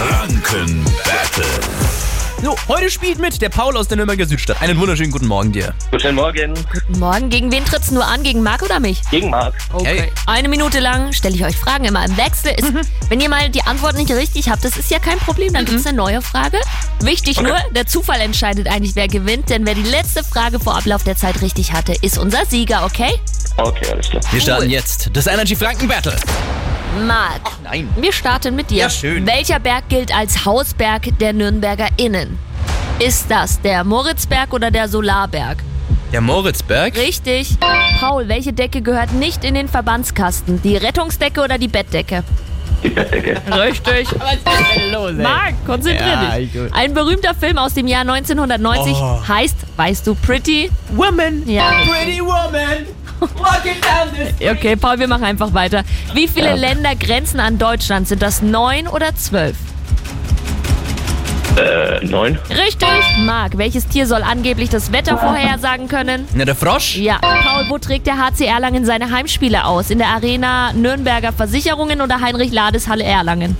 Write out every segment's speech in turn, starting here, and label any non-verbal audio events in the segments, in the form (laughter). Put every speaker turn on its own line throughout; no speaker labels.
Franken Battle.
So, heute spielt mit der Paul aus der Nürnberger Südstadt. Einen wunderschönen guten Morgen dir.
Guten Morgen,
Morgen, gegen wen tritt's nur an? Gegen Marc oder mich?
gegen Marc.
Hey.
Eine Minute lang stelle ich euch Fragen immer im Wechsel. Ist,
Mhm.
Wenn ihr mal die Antwort nicht richtig habt, das ist ja kein Problem, dann
Mhm.
gibt's eine neue Frage. Wichtig nur, der Zufall entscheidet eigentlich, wer gewinnt, denn wer die letzte Frage vor Ablauf der Zeit richtig hatte, ist unser Sieger, okay?
Okay, alles klar.
Wir starten jetzt das Energy Franken Battle.
Marc,
Nein.
wir starten mit dir.
Ja, schön.
Welcher Berg gilt als Hausberg der Nürnberger Innen? Ist das der Moritzberg oder der Solarberg?
Der Moritzberg.
Richtig. Paul, welche Decke gehört nicht in den Verbandskasten? Die Rettungsdecke oder die Bettdecke?
Die Bettdecke. (laughs)
Richtig.
Was ist denn los, ey?
Marc, konzentrier
Ja,
dich.
gut.
Ein berühmter Film aus dem Jahr 1990
Oh.
heißt, weißt du, Pretty?
Woman.
Ja.
Pretty woman. Walking down this.
Okay, Paul, wir machen einfach weiter. Wie viele
Ja.
Länder grenzen an Deutschland? Sind das neun oder zwölf?
Äh, neun.
Richtig. Marc, welches Tier soll angeblich das Wetter vorhersagen können?
Na, der Frosch.
Ja. Paul, wo trägt der HC Erlangen seine Heimspiele aus? In der Arena Nürnberger Versicherungen oder Heinrich Lades Halle Erlangen?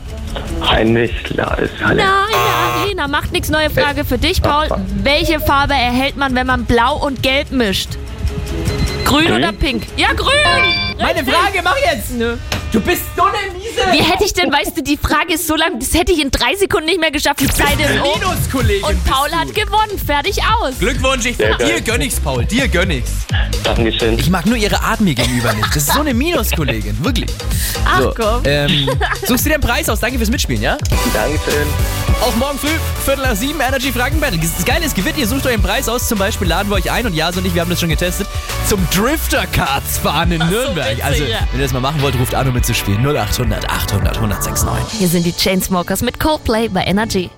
Heinrich Lars. Halle.
Nein, der Arena. Macht nichts. Neue Frage für dich, Paul. Welche Farbe erhält man, wenn man blau und gelb mischt? Grün oder pink? Ja, grün!
Meine Frage, mach jetzt.
Ne.
Du bist so eine miese
Wie hätte ich denn, weißt du, die Frage ist so lang, das hätte ich in drei Sekunden nicht mehr geschafft. Die Zeit ist um.
Minuskollegin.
Und Paul hat gewonnen. Fertig aus.
Glückwunsch, ich
Sehr
dir
geil.
gönn ich's, Paul. Dir gönn ich's.
Dankeschön.
Ich mag nur ihre Art mir gegenüber nicht. Das ist so eine Minuskollegin, wirklich.
Ach
So,
komm. (laughs)
Ähm, suchst dir den Preis aus. Danke fürs Mitspielen, ja?
Dankeschön.
Auch morgen früh, Viertel nach sieben, Energy Franken Battle. Das Geile ist, gewinnt, ihr sucht euch einen Preis aus. Zum Beispiel laden wir euch ein und Jas und ich, wir haben das schon getestet, zum Drifter Karts fahren in Nürnberg.
witzig,
also,
ja.
wenn ihr das mal machen wollt, ruft an, um mitzuspielen. 0800 800 1069.
Hier sind die Chainsmokers mit Coldplay bei Energy.